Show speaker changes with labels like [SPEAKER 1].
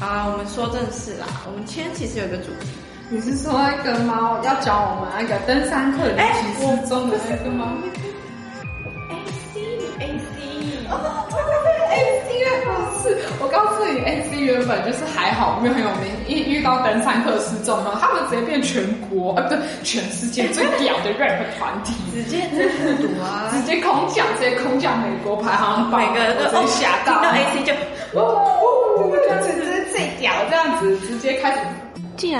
[SPEAKER 1] 好啦，我们说正事啦。我们今天其实有一个主题，
[SPEAKER 2] 你是说那个猫要教我们那个登山客旅
[SPEAKER 1] 哎
[SPEAKER 2] 行失踪的那个吗？
[SPEAKER 1] A C A C，
[SPEAKER 2] A C 越好吃，我告诉你，A C 原本就是还好，没有很有名。一遇到登山客失踪后，他们直接变全国呃，不对，全世界最屌的 rap 团体，
[SPEAKER 1] 直接真复读啊！
[SPEAKER 2] 直接空降，直接空降美国排行榜，
[SPEAKER 1] 每个人都
[SPEAKER 2] 我真
[SPEAKER 1] 哦
[SPEAKER 2] 的吓
[SPEAKER 1] 听
[SPEAKER 2] 到
[SPEAKER 1] 到 A C 就
[SPEAKER 2] 哦，这是最屌，这样子直接开始